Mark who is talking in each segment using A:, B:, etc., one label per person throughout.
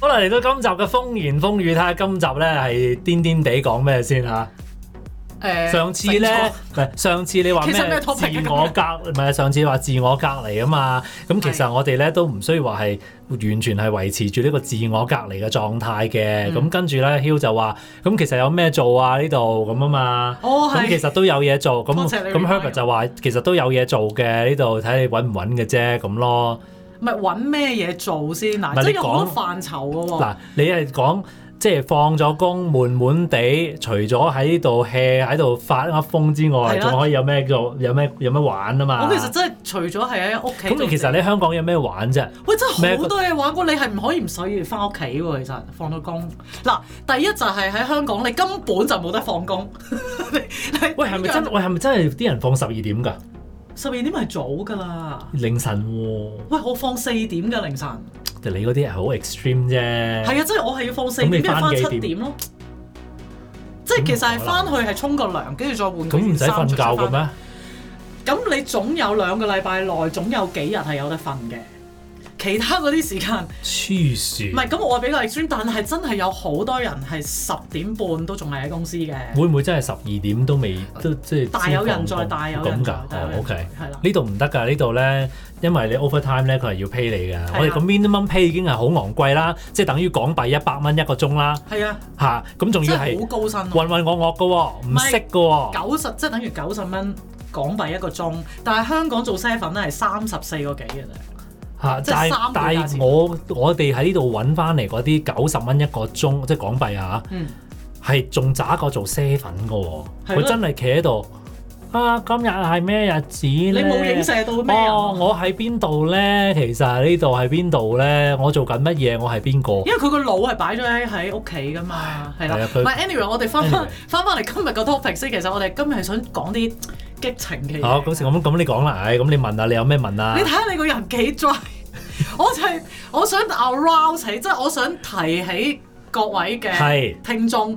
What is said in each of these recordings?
A: 啊，嚟到今集嘅風言風語，睇下今集咧係癲癲地講咩先嚇。
B: 誒
A: 上次咧，唔係上次你話咩
B: 其實咩
A: 自
B: topic 啊
A: 我隔，唔 係上次話自我隔離啊嘛。咁其實
B: 係
A: 我哋咧都唔需要話係完全係維持住呢個自我隔離嘅狀態嘅。咁、
B: 嗯
A: 跟住咧，Hill 就話：咁其實有咩做啊？呢度咁啊嘛。
B: 哦
A: 咁其
B: 係，
A: 實都有嘢做，咁
B: 多謝你
A: 咁
B: remind
A: Herbert
B: 我
A: 就話其實都有嘢做嘅，呢度睇你揾唔揾嘅啫咁咯。
B: 唔係揾咩嘢做先
A: 唔係
B: 嗱，即係
A: 你
B: 有
A: 講
B: 好多範疇嘅喎。
A: 嗱，你係講即係放咗工悶悶地，除咗喺度 hea 喺度發噏風之外，
B: 係啦
A: 仲可以有咩做？有咩有咩玩啊嘛？
B: 我其實真係除咗係喺屋企做嘢，
A: 咁你其實你香港有咩玩啫？
B: 喂真
A: 咩
B: 係好多嘢玩過，你係唔可以唔使翻屋企喎。其實放到工嗱，第一就係喺香港，你根本就冇得放工。
A: 喂，係咪真？喂，係咪真係啲人放十二點㗎？
B: 十二點係早㗎啦？
A: 凌晨喎、
B: 喂，我放四點㗎凌晨，
A: 就你嗰啲係好 extreme 啫。
B: 係啊，即係我係要放四
A: 咁
B: 點，
A: 你
B: 跟住
A: 返
B: 翻
A: 幾
B: 七
A: 點
B: 點咯。即係其實係
A: 咁
B: 翻去係沖個涼，跟住再換個
A: 咁唔使
B: 件衫
A: 瞓覺
B: 出
A: 嘅
B: 返
A: 咩？
B: 咁你總有兩個禮拜內，總有幾日係有得瞓嘅。其他嗰啲 時間，
A: 黐
B: 唔
A: 線！
B: 係咁我比較 extreme，但係真係有好多人係十點半都仲係喺公司嘅，
A: 會唔會真係十二點都未都即係
B: 大有
A: 先
B: 人在，
A: 放工
B: 大有
A: 咁㗎
B: 人在，大有
A: 哦
B: 人在，
A: OK。
B: 係啦。
A: 呢度唔得㗎，呢度咧，因為你 overtime 咧，佢係要 pay 你
B: 啊
A: 㗎。我哋個 minimum pay 已經係好昂貴啦，即係等於港幣一百蚊一個鐘啦，
B: 係啊，
A: 吓，咁仲要
B: 真係
A: 係
B: 好高薪咯，
A: 混混噩噩㗎喎，唔
B: 唔係
A: 識㗎喎，
B: 九十即係等於九十蚊港幣一個鐘，但係香港做 seven 咧係三十四個幾嘅啫。
A: 嚇！
B: 即係
A: 但係
B: 三倍
A: 但
B: 價
A: 係
B: 錢
A: 我我哋喺呢度揾翻嚟嗰啲九十蚊一個鐘，即係港幣啊，
B: 嗯，
A: 係仲渣過做 seven 㗎喎，
B: 係
A: 佢
B: 咯
A: 真係企喺度啊！今日係咩日子你
B: 你冇影射到咩人
A: 哦，
B: 啊？
A: 我喺邊度咧？其實呢度喺邊度咧？我做緊乜嘢？我係邊個？
B: 因為佢個腦係擺咗喺喺屋企噶嘛，
A: 係
B: 係啦
A: 啊。佢
B: 唔係，anyway，我哋翻翻
A: anyway
B: 翻翻嚟今日個 topic 先，其實我哋今日係想講啲激情嘅嘢。
A: 好，咁咁咁你講啦，唉，咁你問啊，你有咩問啊
B: 你？睇下你個人幾 dry，我就係我想 arouse 起，即係我想提起各位
A: 係
B: 嘅聽眾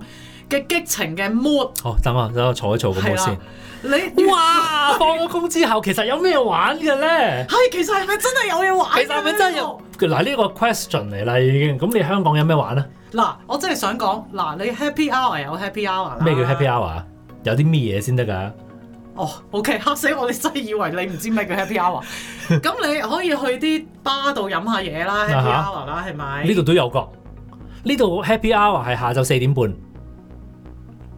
B: 嘅激情嘅 mood。
A: 好，等我等我坐一坐咁
B: 係
A: 我
B: 啦
A: 先。，
B: 你
A: 哇，放咗工之後，其實有咩玩嘅咧？
B: 係其實係咪真係有嘢玩
A: 其
B: 嘅咧？
A: 實係咪真係有？嗱，呢個 question 嚟啦已經。咁你香港有咩玩啊？
B: 嗱，我真係想講嗱，你 happy hour 有 happy hour 啦。
A: 咩叫 happy hour 啊？有啲咩嘢先得㗎？
B: 哦，OK，嚇死我！你真係以為你唔知咩叫 happy hour？咁你可以去啲巴度飲下嘢啦，happy
A: 啊
B: hour 啦，係咪？
A: 呢度都有個。呢度 happy hour 係下晝四點半， 呢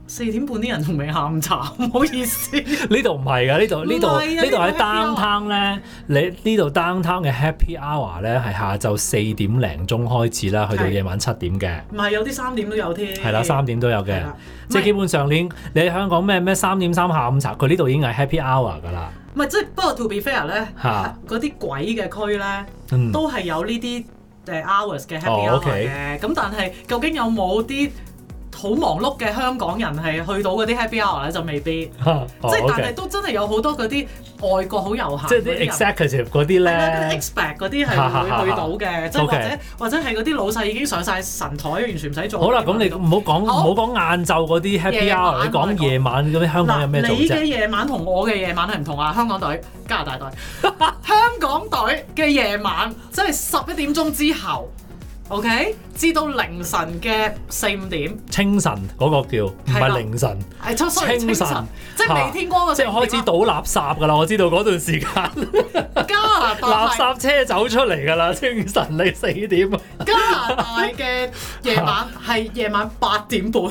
B: 四點半啲人仲未下午茶，唔好意 思。
A: 度唔係㗎，呢度呢
B: 唔係
A: 度
B: 啊
A: 呢度喺
B: 呢個 happy
A: downtown 咧，你呢度 downtown 嘅 happy hour 咧係下晝四點零鐘開始啦，去到
B: 係
A: 夜晚七點嘅，
B: 唔係有啲三點都有添。
A: 係啦，三點都有
B: 係
A: 嘅。
B: 啦。
A: 即係基
B: 唔係
A: 本上你你喺香港咩咩三點三下午茶，佢呢度已經係 happy hour 㗎啦。
B: 唔係即係不過 to be fair 咧，
A: 嚇
B: 嗰啲鬼嘅區咧
A: 嗯，
B: 都係有呢啲誒 hours 嘅 happy
A: 哦
B: hour
A: ，OK
B: 嘅。咁但係究竟有冇啲好忙碌嘅香港人係去到嗰啲 happy hour 咧？就未必。
A: 哦
B: 即係
A: OK
B: 但係都真係有好多嗰啲外國好遊客
A: 即係
B: 嗰啲
A: 啲
B: 人
A: executive 嗰啲
B: 係啦，嗰啲
A: 咧，
B: expect 嗰 啲係會去到嘅，即係或
A: OK
B: 者或者係嗰啲老細已經上晒神台，完全唔使做。
A: 好啦，咁你唔好講唔
B: 好
A: 好講晏晝嗰啲 happy
B: 夜晚
A: hour，你講夜晚嗰啲香港有咩
B: 嗱，
A: 做
B: 你嘅
A: 啫？
B: 夜晚同我嘅夜晚係唔同啊！香 港隊、加拿大隊、 香港隊嘅夜晚，即係十一點鐘之後，OK，至到凌晨嘅四五點，
A: 清晨嗰個叫唔
B: 係
A: 係
B: 啦
A: 凌晨，
B: 係出
A: 清晨
B: 清晨，即係未天光嘅
A: 即
B: 四
A: 係
B: 五點啊
A: 開始倒垃圾㗎啦。我知道嗰段時間
B: 加拿大
A: 垃
B: 係
A: 圾車走出嚟㗎啦，清晨你四點啊
B: 加拿大嘅夜晚係夜晚八點 半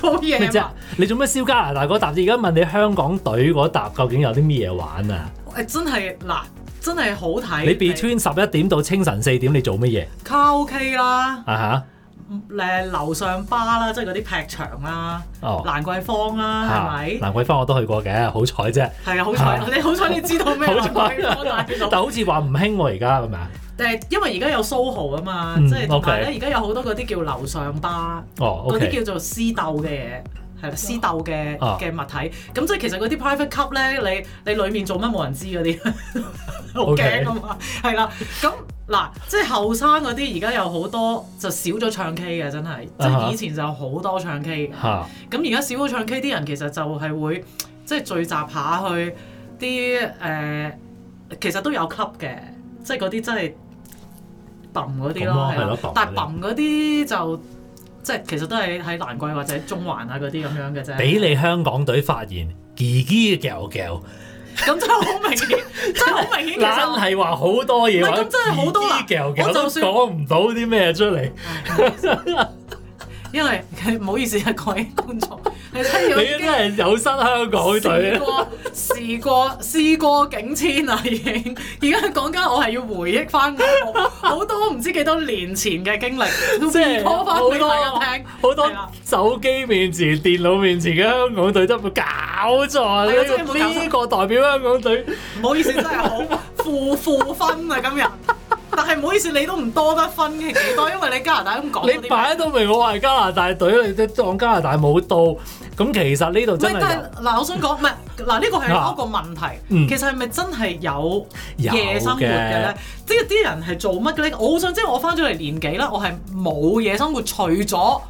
B: 到夜
A: 咩啫
B: 晚，？
A: 你做咩燒加拿大嗰沓？而家問你香港隊嗰沓究竟有啲咩嘢玩啊？
B: 誒真係嗱，真係好睇。
A: 你 between 十一點到清晨四點，你做乜嘢
B: 卡拉 OK 啦，
A: 啊？
B: 誒樓上巴啦，即係嗰啲劈場啦，
A: 嚇哦，
B: 蘭桂坊
A: 嚇
B: 啦，係咪？
A: 蘭桂坊我都去過嘅，好彩啫。
B: 係啊，好彩你好彩你知道 咩
A: 好
B: 蘭
A: 彩
B: 桂坊啊大 佬。
A: 但好似話唔興喎，而家係咪啊？
B: 誒，因為而家有 SOHO 啊嘛，
A: 嗯
B: 即係同
A: OK
B: 埋咧，而家有好多嗰啲叫樓上巴，
A: 哦
B: 嗰啲
A: ，OK，
B: 叫做私鬥嘅嘢。係啦，私鬥嘅
A: 啊
B: 嘅物體，咁即係其實嗰啲 private club 咧，你你裡面做乜冇人知嗰啲， 好
A: OK
B: 驚啊嘛，係啦。咁嗱，即係後生嗰啲而家有好多就少咗唱 K 嘅，真係，即
A: 啊哈
B: 係以前就有好多唱 K 嘅。
A: 嚇
B: 咁而家少咗唱 K 啲人其實就係會即係聚集下去啲誒、呃其實都有 club 嘅，即係嗰啲真係揼嗰啲
A: 咁咯
B: 咯，係
A: 係咯揼嗰啲
B: 啦但係揼嗰啲就即係其實都係喺蘭桂或者中環啊嗰啲咁樣嘅啫。
A: 俾你香港隊發現，叽叽叫叫，
B: 咁真係好明顯，真係好明顯。其實
A: 懶係話好多嘢
B: 唔係
A: 話，
B: 咁真係好多啦
A: 叽叽叫
B: 我
A: 叫都
B: 就算
A: 講唔到啲咩出嚟。
B: 因為 唔好意思啊，各位觀眾，你真
A: 你
B: 要
A: 真係有失香港隊
B: 試
A: 啊！
B: 過試過試過境遷啦，已經而家講緊我係要回憶翻 好多唔知幾多年前嘅經歷，
A: 即係
B: 講翻
A: 好多
B: 俾大家聽。
A: 好多
B: 係啊
A: 手機面前、電腦面前嘅香港隊都冇搞錯啊！
B: 係啊
A: 呢
B: 真係冇
A: 個
B: 搞錯
A: 呢個代表香港隊，
B: 唔好意思，真係好負負分啊！今日，但係唔好意思，你都唔多得分嘅幾多，因為你加拿大咁講嗰啲
A: 你擺到明我係加拿大隊，你都當加拿大冇到。咁其實呢度
B: 唔
A: 真係
B: 係，
A: 有
B: 但係嗱，我想講唔係嗱，呢個係一個問題。
A: 嗯
B: 其實係咪真係有
A: 有
B: 夜生活嘅咧？即係啲人係做乜嘅咧？我好想知我翻咗嚟年幾啦，我係冇夜生活，除咗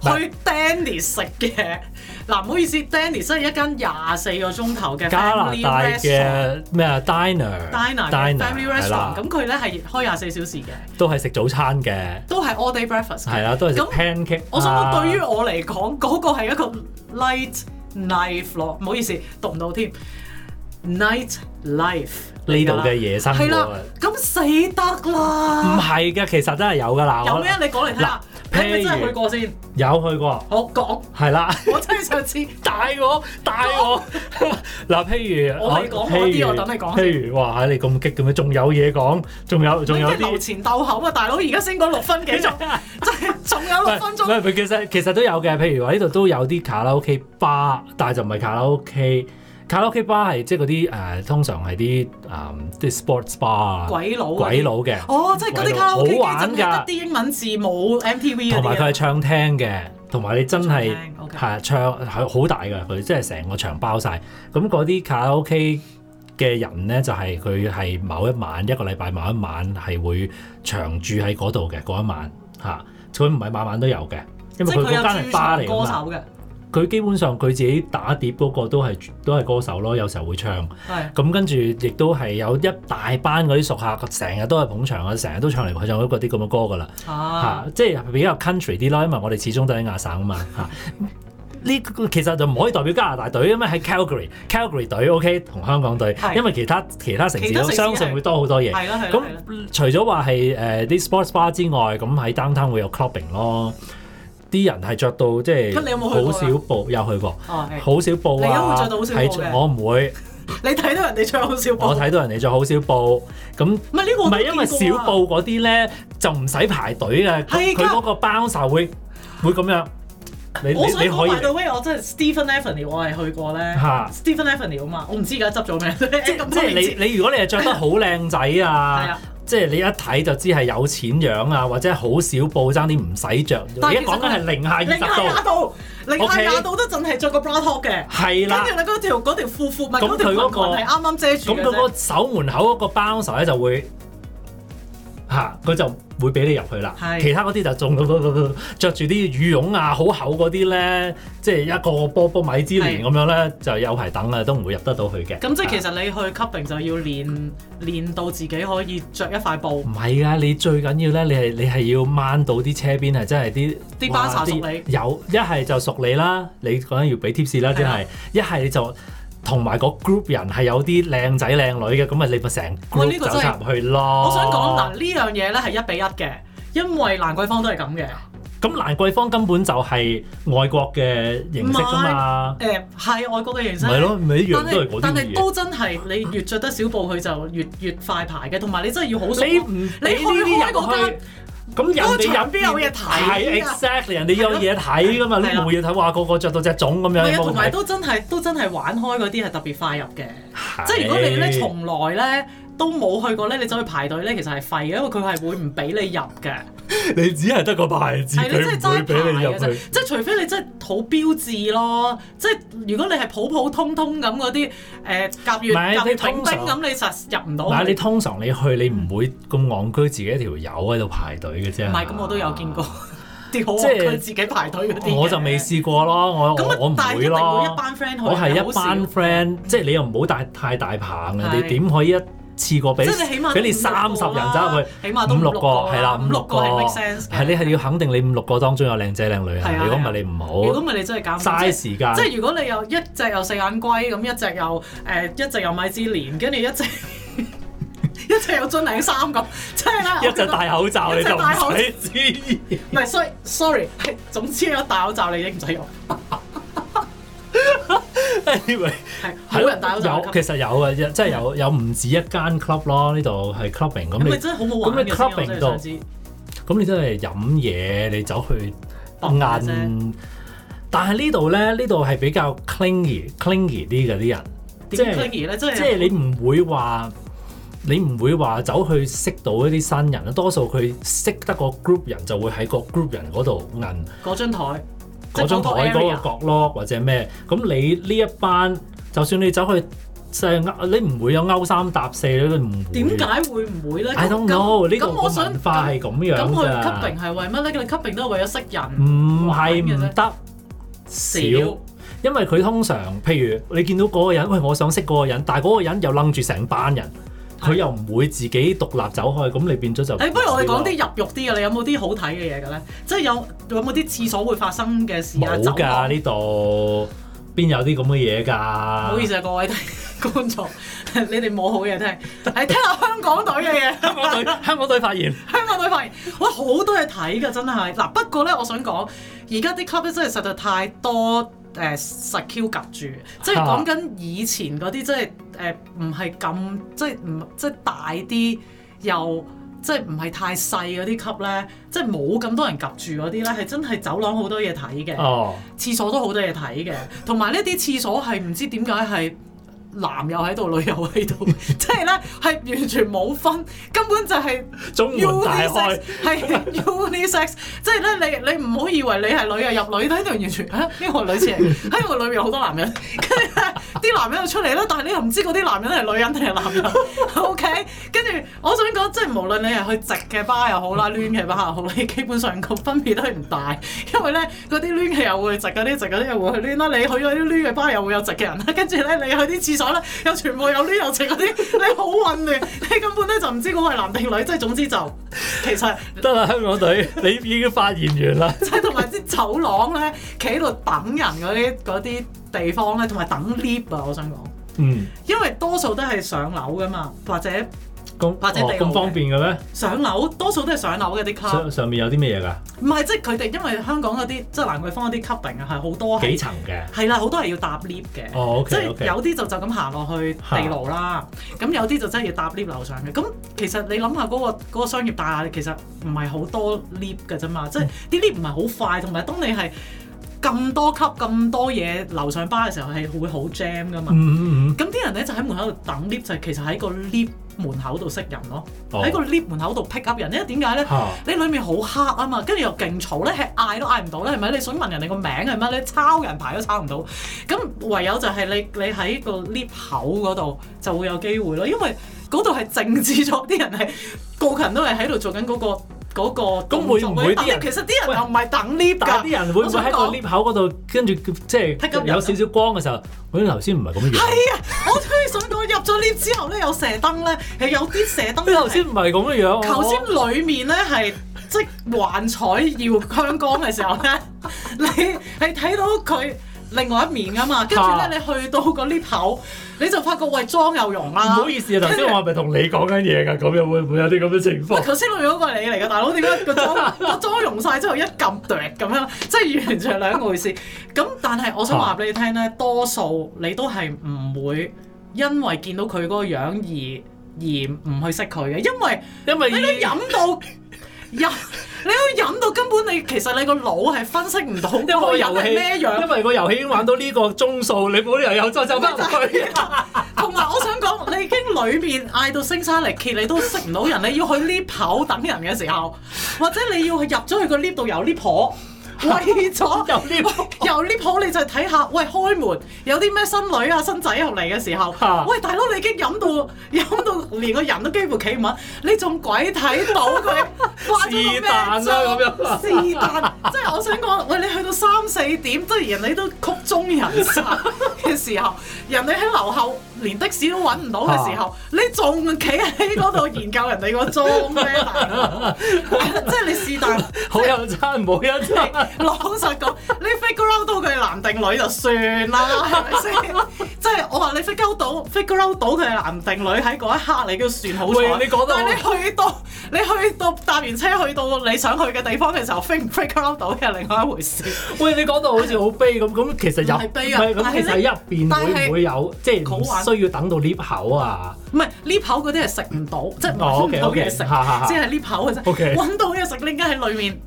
B: 去 Danny 食嘅。嗱，唔好意思，Danny 真係一間廿四個鐘頭嘅
A: 加拿
B: family
A: 大
B: restaurant
A: 嘅咩啊 diner
B: diner 嘅 family restaurant，咁佢咧係開廿四小時嘅，
A: 都係食早餐嘅，
B: 都係 all day breakfast 嘅。
A: 係啦，都係食
B: 咁
A: pancake 啊。
B: 我想講，對於我嚟講，嗰、個係一個 light life 咯，唔好意思，讀唔到添。night life
A: 呢度嘅夜生活
B: 係啦，咁死得
A: 唔
B: 啦！
A: 係嘅，其實真係有㗎啦。
B: 有
A: 我
B: 咩？你講嚟聽下，你
A: 嗱
B: 係咪真
A: 譬如
B: 係去過先？
A: 有去過，
B: 我講，
A: 係啦。
B: 我真係上次
A: 大我 大我嗱，譬如
B: 我未講嗰啲我等你講先
A: 譬如哇，你咁激嘅咩？仲有嘢講，仲有仲有
B: 你
A: 啲
B: 留。前鬥後啊！大佬而家先講六 分幾鐘，真係仲有六分
A: 唔係
B: 鐘。
A: 唔係，其實其實都有嘅。譬如話呢度都有啲卡拉 OK 吧，但係就唔係卡拉 OK。卡拉 OK 吧係即係嗰啲誒，通常係啲誒啲 sports bar 啊
B: 鬼佬嗰啲
A: 鬼佬嘅，
B: 哦，即係嗰啲卡拉 OK
A: 好玩㗎
B: 機就係得啲英文字母 MTV 嗰
A: 同埋佢
B: 啲
A: 係
B: 啊。
A: 唱廳嘅，同埋你真係
B: 唱廳，OK
A: 係啊唱係好大嘅，佢即係成個場包晒。咁嗰啲卡拉 OK 嘅人咧，就係佢係某一晚一個禮拜某一晚係會長住喺嗰度嘅嗰一晚嚇。佢唔係晚晚都有嘅，因為
B: 即
A: 佢
B: 係佢有
A: 嗰間係
B: 駐
A: 巴
B: 唱
A: 嚟㗎
B: 歌
A: 嘛。
B: 手嘅，
A: 佢基本上佢自己打碟嗰個都係都係歌手咯，有時候會唱。
B: 係
A: 咁跟住亦都係有一大班嗰啲熟客，成日都係捧場啊，成日都唱嚟唱去嗰啲咁嘅歌㗎啦。嚇、
B: 啊，
A: 即係比較 country 啲啦，因為我哋始終都喺亞省 啊嘛嚇。呢個其實就唔可以代表加拿大隊啊嘛，係 Calgary，Calgary 隊 OK 同香港隊，
B: 係
A: 因為其他其他城市
B: 其他
A: 都
B: 城市
A: 相信
B: 係
A: 會多好多嘢。
B: 係啦係啦
A: 咁
B: 係啦。
A: 除咗話係誒啲 sports bar 之外，咁喺 downtown 會有 clubbing 咯，啲人係着到即係
B: 咁你有冇去過
A: 好
B: 啊
A: 少布，有去過，
B: 哦，係
A: 好少布
B: 你而家會
A: 啊，
B: 着到好少布
A: 係
B: 嘅
A: 我唔會，
B: 你睇到人哋唱好少布，
A: 我睇到人哋着好少布，咁
B: 唔係呢個
A: 唔
B: 我都
A: 係因為
B: 見過
A: 小
B: 啊
A: 布嗰啲咧就唔使排隊嘅，佢
B: 係㗎
A: 佢嗰個 bouncer 會會咁樣，你你
B: 我想
A: 你可
B: 講
A: 以
B: by the way，我真係 Stephen Avenue 我係去過咧
A: 嚇
B: ，Stephen Avenue 啊嘛，我唔知而家執咗咩， 即咁
A: 即
B: 多
A: 係
B: 年前
A: 你你如果你係着得好靚仔
B: 係
A: 啊
B: 啊，，
A: 即係你一睇就知係有錢樣啊，或者好少布爭啲唔使着。
B: 但
A: 而
B: 係
A: 家
B: 其實
A: 講緊係零下二
B: 零
A: 十
B: 下廿
A: 度，
B: 度，零下
A: OK
B: 廿度都淨係着個 bra top 嘅，
A: 係
B: 跟
A: 啦。
B: 住你嗰條嗰條褲褲咪
A: 咁
B: 嗰條
A: 佢
B: 裙
A: 嗰個
B: 裙係啱啱遮住
A: 咁
B: 嘅
A: 佢
B: 啫
A: 個守門口嗰個 bouncer 咧就會嚇，佢、就會俾你入去啦。
B: 係
A: 其他嗰啲就仲着住啲羽絨啊，好厚嗰啲咧，即係一個個波波米芝蓮
B: 係
A: 咁樣咧，就有排等啊，都唔會入得到去嘅。
B: 咁即係其
A: 實
B: 實你去 clubbing 就要練練到自己可以着一塊布
A: 唔，係㗎，你最緊要咧，你係你係要掹到啲車邊係真係啲
B: 啲
A: 哇啲
B: bouncer 熟你
A: 有一係就熟你啦，你嗰陣要俾 tips 啦，
B: 係
A: 真
B: 啊
A: 係一係你就。同埋個 group 人係有啲靚仔靚女嘅，咁咪你咪成
B: 喂
A: group
B: 呢個
A: 走
B: 真係
A: 晒入去咯。
B: 我想講嗱呢樣嘢咧係一比一嘅，因為蘭桂坊都係咁嘅。
A: 啊咁蘭桂坊根本就係外國嘅形式㗎嘛，
B: 誒係外國嘅形式，
A: 咪咯，咪一樣
B: 但
A: 都係
B: 係
A: 嗰
B: 但
A: 啲
B: 係
A: 嘢。
B: 都真係你越着得少布，佢就越越快排嘅，同埋你真係要好熟。
A: 你唔
B: 你
A: 俾呢
B: 去開
A: 啲
B: 嗰
A: 人去
B: 間，
A: 咁人
B: 嗰個
A: 哋
B: 場
A: 入
B: 邊有嘢睇
A: 係
B: 㗎
A: exactly，人哋有嘢睇㗎嘛，你
B: 係啦
A: 冇嘢睇，哇個個着到隻粽咁
B: 唔
A: 樣，
B: 係啊，
A: 有冇
B: 同埋
A: 睇
B: 都真係都真係玩開嗰啲係特別快入嘅。
A: 係
B: 即係如果你咧從來咧都冇去過咧，你走去排隊咧，其實係廢嘅，因為佢係會唔俾你入嘅。
A: 你只係得個牌子，
B: 係你
A: 佢
B: 真係
A: 唔會
B: 齋
A: 俾
B: 排
A: 你入
B: 嘅啫
A: 去。，
B: 即係除非你真係好標誌咯。即係如果你係普普通通咁嗰啲誒甲乙
A: 唔係
B: 甲乙
A: 你通
B: 丙丁
A: 常
B: 咁，你實入唔到去。
A: 嗱，你通常你去你唔會咁戇居自己一條友喺度排隊嘅啫。
B: 唔係，咁我都有見過啲好
A: 即係
B: 佢自己排隊嗰啲嘅。
A: 啊我就未試過咯，我
B: 咁啊
A: 我唔
B: 但係一
A: 會
B: 定
A: 咯
B: 會一。班 friend 去嘅，
A: 我係
B: 好
A: 一
B: 少
A: 班 friend，即係你又唔好帶太大棒啊！你
B: 係
A: 點可以一次過俾
B: 即係你起碼
A: 俾你
B: 都五
A: 三
B: 六
A: 十
B: 個
A: 人
B: 啦
A: 走入去，
B: 起碼都
A: 五六個
B: 個啦
A: 係啦，
B: 五六
A: 個
B: 個係 make sense 嘅
A: 係你係要肯定你五六個當中有靚仔靚女
B: 係
A: 啊，
B: 啊
A: 如果唔係你唔
B: 如果
A: 好
B: 唔係你真係減唔到
A: 嘥
B: 即係
A: 時間
B: 即。係如果你有一隻有四眼龜，咁一隻有誒、呃一隻有米芝蓮，跟住一隻 一隻有樽領衫咁，即係咧
A: 一隻戴口罩你就唔使知，
B: 唔係，sorry sorry，係 總之有戴口罩你已經唔使用，
A: anyway
B: 係冇人戴口罩
A: 有
B: 嘅。
A: 其實有嘅，一即係有有唔止一間 club 咯，呢度係 clubbing 咁
B: 咁
A: 你
B: 你真係好冇玩
A: 咁你
B: 嘅，我真
A: clubbing
B: 係
A: 度
B: 想知。
A: 咁你真係飲嘢，你走去
B: 搏下啫
A: 硬。但係呢度咧，呢度係比較 clingy、clingy 啲嘅啲人，即
B: 點 c l
A: 係
B: i 咧？即係
A: 即係你唔會話你唔會話走去識到一啲新人啦。多數佢識得個 group 人就會喺個 group 人嗰度硬
B: 嗰張台，即係
A: 嗰張台嗰
B: 嗰
A: 個角落或者咩。咁你呢一班，就算你走去即係勾你唔會有勾三搭四，你都唔會。
B: 點解會唔會咧
A: ？I don't know 呢
B: 咁
A: 個
B: 咁我想
A: 文化係咁樣
B: 咁佢
A: 㗎
B: clubbing 係為乜咧？佢 clubbing 都係為咗識人
A: 唔係唔得少，
B: 少。
A: 因為佢通常譬如你見到嗰個人，喂，我想識嗰個人，但係嗰個人又楞住成班人，佢
B: 係
A: 又唔會自己獨立走開，咁你變咗就
B: 誒，哎不如我哋講啲啊入肉啲嘅，你有冇啲好睇嘅嘢嘅咧？即係有有冇啲廁所會發生嘅事啊？
A: 冇
B: 走廊
A: 㗎呢度。邊有啲咁嘅嘢
B: 唔好意
A: 㗎？
B: 思啊，各位聽 觀眾，你哋冇好嘢聽，係聽下香港隊嘅嘢。
A: 香 港隊，香港隊發現
B: 香港隊發現，哇，好多嘢睇㗎，真係。嗱，不過咧，我想講，而家啲 club 咧真係實在太多誒實 Q 夾住，即係
A: 嚇
B: 講緊以前嗰啲，即係誒唔係咁，即係唔即係大啲又。即係唔係太細嗰啲 club 咧，即係冇咁多人夾住嗰啲咧，係真係走廊好多嘢睇嘅。
A: 哦，
B: 廁所都好多嘢睇嘅，同埋呢啲廁所係唔知點解係男又喺度，女又喺度，即係咧係完全冇分，根本就係
A: 中門大
B: unisex，
A: 開，
B: 係 unisex，即係咧你你唔好以為你係女啊入女，喺度完全啊呢個女廁嚟嘅，喺個裏面有好多男人，跟住呢啲男人又出嚟啦，但係你又唔知嗰啲男人係女人定係男人，OK？跟住我想講，即係無論你係去直嘅巴又好啦，攣嘅巴又好，你基本上個分別都係唔大， 因為咧嗰啲攣嘅又會直，嗰啲直嗰啲又會去攣啦，你去咗啲攣嘅巴又會有直嘅人啦， 跟住咧你去啲廁所咧又全部有攣有直嗰啲， 你好混亂，你根本咧就唔知嗰個係男定女，即係總之就 其實。
A: 得啦！香港隊， 你已經發現完啦。
B: 即係同埋啲走廊咧，企喺度等人嗰啲嗰啲地方咧，同埋等 lift 啊！我想講，
A: 嗯，
B: 因為多數都係上樓噶嘛，或者
A: 咁
B: 或者
A: 哦
B: 地牢
A: 咁方便嘅咩？
B: 上樓多數都係上樓嘅啲 club，
A: 上上面有啲咩嘢㗎？
B: 唔係即係佢哋因為香港嗰啲即係蘭桂坊嗰啲 clubbing 啊，係好多
A: 幾
B: 係
A: 層嘅？
B: 係啦，好多係要搭 lift 嘅。
A: 哦，OK
B: 即係
A: OK。
B: 有啲就就咁行落去地牢啦，咁有啲就真係要搭 lift 樓上嘅。咁其實你諗下嗰個嗰個商業大廈，其實唔係好多 lift 嘅啫嘛，即係啲 lift 唔係好快，同埋當你係咁多級咁多嘢樓上巴嘅時候係會好 jam 噶嘛。
A: 嗯嗯嗯
B: 咁啲人咧就喺門口度等 lift，就係其實喺個 lift 門口度識人咯，
A: 哦
B: 喺個 lift 門口度 pick up 人，因為點解咧？
A: 嚇。
B: 你裏面好黑啊嘛，跟住又勁嘈咧，係嗌都嗌唔到咧，係咪？你想問人哋個名係乜咧？抄人牌都抄唔到，咁唯有就係你你喺個 lift 口嗰度就會有機會咯，因為嗰度係靜止咗，啲人係個個人都係喺度做緊嗰、個嗰、個
A: 咁會唔會啲人
B: 但係其實啲人又唔係等 lift
A: 但
B: 㗎，
A: 係啲人會唔會喺個
B: 我想講
A: lift 口嗰度，跟住即
B: Pick up
A: 係
B: 人
A: 有
B: 啊
A: 少少光嘅時候，嗰啲頭先唔係咁樣。
B: 係啊，我真係想講入咗 lift 之後咧，有射燈咧，係有啲射 燈
A: 你
B: 咧
A: 頭先唔係咁樣。
B: 頭先裡面咧係即係幻彩耀香港嘅時候咧， 你係睇到佢另外一面噶嘛，跟住
A: 啊
B: 咧你去到個 lift 口，你就發覺喂妝又融
A: 我唔
B: 啦。
A: 好意思啊，頭先我係咪同你講緊嘢㗎？咁又會唔會有啲咁嘅情
B: 喂，
A: 況？
B: 頭先我嗰個係你嚟嘅，大佬點解個 妝個妝融晒之後一撳啄咁樣，即係完全係兩回事。咁但係我想話俾你聽咧，多數你都係唔會因為見到佢嗰個樣而而唔去識佢嘅， 因為。
A: 因為
B: 你都飲到飲，你都飲到根本你其實你個腦係分析唔到
A: 因為
B: 嗰個
A: 個
B: 人
A: 遊戲
B: 係 咩樣
A: 因。為個遊戲已經玩到呢個鐘數，你冇理由又再 走翻入去。
B: 同埋我想講，你已經裏面嗌到聲沙力竭，你都識唔到人。你要去 lift 口等人嘅時候，或者你要入咗去個 lift 度有 lift 婆，為咗
A: 有 lift
B: 有 lift 婆你就睇下，喂開門有啲咩新女啊新仔入嚟嘅時候
A: 嚇，
B: 喂大佬你已經飲到 飲到連個人都幾乎企唔穩，你仲鬼睇到佢化咗個 咩
A: 是但啦咁樣
B: 妝是但，即係我想講，喂，你去到 三四點，即係人哋都曲終人散嘅時候，人哋喺樓後連的士都揾唔到嘅時候，你仲企喺嗰度研究人哋個裝咩？大 佬即係你是但。
A: 好有餐冇有餐，
B: 老實講，你 figure out 到佢係男定女就算啦，係 咪先？即係我話你 figure out 到 figure out 到佢係男定女喺嗰一刻，你都算好彩。
A: 喂你講得好
B: 但係你去到你去到搭完車去到你想去嘅地方嘅時候，figure 唔 figure out 到嘅另外一回事。
A: 喂你講到好似好悲咁，咁其實
B: 唔
A: 入
B: 係悲啊
A: 唔係咁
B: 但係
A: 其
B: 呢
A: 實喺入
B: 但
A: 邊
B: 係
A: 會唔會有即
B: 好玩
A: 係唔需要等到 lift 口啊？
B: 唔係呢口嗰啲係食唔到，即係
A: 哦
B: 揾唔到
A: ，OK，OK，
B: 嘢食，
A: 哈哈哈
B: 即係呢口嘅啫。
A: OK
B: 揾到嘢食，你應該喺裏面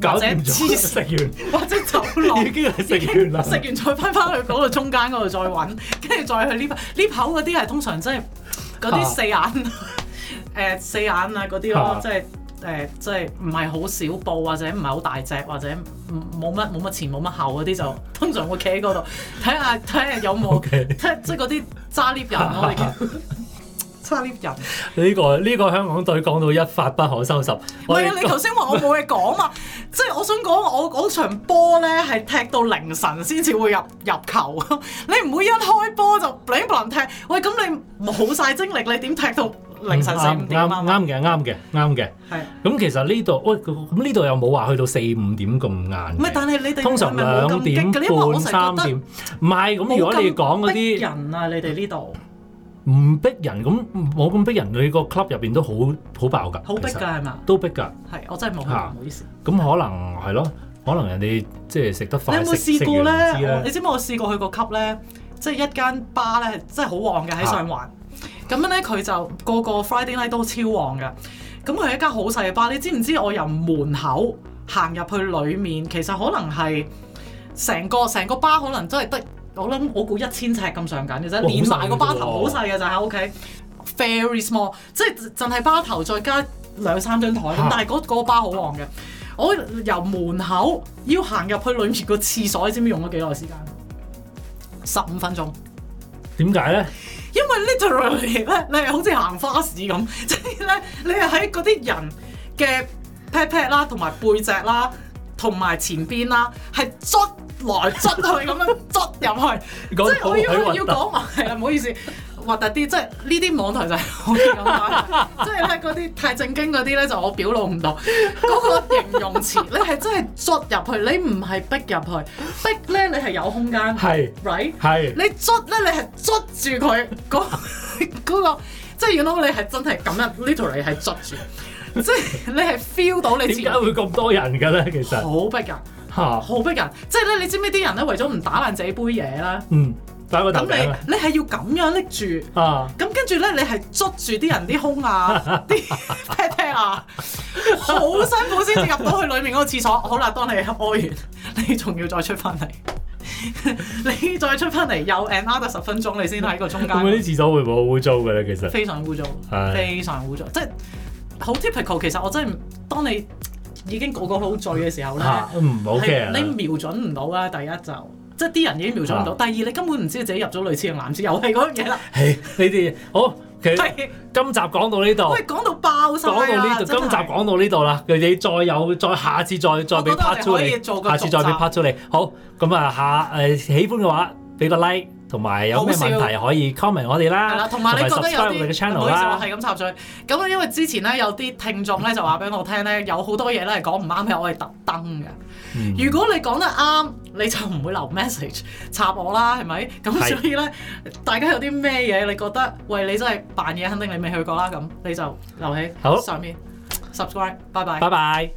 A: 搞
B: 或者
A: 掂咗
B: 黐
A: 食
B: 線
A: 完
B: 或者走廊
A: 已。經係食完 啦，
B: 食完再翻翻去嗰度中間嗰度再揾， 跟住再去呢口呢口嗰啲係通常真係嗰啲四眼 誒、四眼啊嗰啲咯
A: 啊，
B: 即係誒即係唔係好少布或者唔係好大隻或者唔冇乜冇乜前冇乜後嗰 啲就通常會企喺嗰度睇下睇下有冇
A: OK
B: 即即係嗰啲揸 lift 人咯，我哋叫 揸 lift 人。
A: 呢個呢個香港隊講到一發不可收拾，
B: 唔
A: 我
B: 係
A: 哋
B: 啊！你頭先話我冇嘢講 嘛，即係我想講我嗰場波咧係踢到凌晨先至會入入球， 你唔會一開波就你不能踢，喂咁你冇晒精力，你點踢到凌晨四五
A: 啱嗯
B: 點
A: 啱
B: 啊？
A: 啱嘅啱嘅啱嘅。
B: 係，
A: 咁其實呢度喂咁呢度又冇話去到四五點咁晏嘅。
B: 唔係但係你哋
A: 通常
B: 係咪冇
A: 兩
B: 咁激
A: 點
B: 嘅咧因為我
A: 半
B: 成
A: 三
B: 日覺得
A: 點，唔係咁。如果你講嗰
B: 冇咁逼
A: 啲
B: 人啊，你哋呢度
A: 唔逼人，咁冇咁逼人，你個 club 入邊都好好爆㗎，
B: 好逼
A: 其
B: 㗎
A: 實，
B: 係嘛？
A: 都逼㗎。
B: 係，我真係冇去過，
A: 嚇
B: 唔好意思。
A: 咁可能係咯，可能人哋即係食得
B: 你有
A: 快，
B: 冇
A: 食
B: 試
A: 食完
B: 過
A: 唔知
B: 咧？我
A: 咧
B: 你。知唔知我試過去個級咧，即係一間巴咧，係真係好旺嘅喺上環。咁樣咧，佢就個個 Friday night 都超旺嘅。咁佢係一間好細嘅巴，你知唔知我由門口行入去裡面，其實可能係成個成個巴可能真係得我諗我估一千尺咁上緊嘅啫，
A: 好
B: 連埋
A: 細
B: 個巴
A: 嘅
B: 頭
A: 喎
B: 好細嘅就喺屋企，very small，即係淨係巴頭再加兩三張台咁
A: 嚇，
B: 但係嗰嗰個巴好旺嘅。我由門口要行入去裏面個廁所，你知唔知用咗幾耐時間？十五分鐘，
A: 點解咧？
B: 因為 literally 咧，你係好似行花市咁， 即係咧，你係喺嗰啲人嘅 pat pat 啦，同埋背脊啦，同埋前邊啦，係捽來捽去咁樣捽入去。即係我要要講埋係啊啦，唔好意思，核突啲，即係呢啲網台就係好咁啦，即係咧嗰啲太正經嗰啲咧就我表露唔到，嗰、個形容詞咧係真係捽入去，你唔係逼入去，逼咧你係有空間
A: 係
B: ，right？
A: 係
B: 你捽咧你係捽住佢嗰嗰個，即係原來你係真係咁樣，literally 係捽住，即係你係 feel 到你
A: 點
B: 自己
A: 解會咁多人嘅咧？其實
B: 好逼人，
A: 嚇，
B: 好逼人，即係咧你知唔知啲人咧為咗唔打爛自己杯嘢啦？
A: 嗯，打個頭
B: 咁
A: 頂啊
B: 你你係要咁樣拎住，
A: 啊！
B: 咁跟住咧你係捉住啲人啲胸 啊，啲 pat pat 啊，好辛苦先至入到去裡面嗰個廁所。好啦，當你屙完，你仲要再出翻嚟， 你再出翻嚟又 another 十分鐘，你先喺個中
A: 咁嗰啲
B: 間，
A: 廁所會唔會好污糟嘅咧？其實
B: 非常污糟，
A: 係
B: 非常污糟，即係好 typical。其實我真係當你已經個個都好醉嘅時候咧。
A: 嚇嗯唔好
B: 係
A: care
B: 你
A: 啦，
B: 瞄準唔到啦，第一就即係啲人已經瞄準唔
A: 啊
B: 到，第二你根本唔知自己入咗類似嘅男廁，又係嗰樣 嘢啦。
A: 係你哋好。其實
B: 係，
A: 今集講到呢度
B: 喂，。講到爆晒
A: 講到
B: 啦！
A: 呢度，
B: 真係
A: 今集啊講到呢度啦。你再有再下次再再俾
B: 我覺得
A: part
B: 我
A: two
B: 哋可以
A: 你，
B: 做個
A: 下次再俾
B: 續集
A: part two 你。好，咁啊下誒喜歡嘅話，俾個 like，同埋有咩
B: 好笑
A: 問題可以 comment 我哋
B: 係啦，
A: 啦，
B: 同埋你覺得有
A: subscribe 我哋嘅
B: 啲，唔
A: channel
B: 好意思，我
A: 啦。
B: 係咁插嘴。咁啊，因為之前咧有啲聽眾咧就話俾我聽咧，有好多嘢咧係講唔啱嘅，我係特登嘅。
A: 嗯
B: 如果你講得啱，你就唔會留 message 插我啦，係咪？咁
A: 係
B: 所以咧，大家有啲咩嘢你覺得，喂，你真係扮嘢，肯定你未去過啦，咁你就留喺
A: 好
B: 上面 subscribe，拜拜。
A: 拜拜。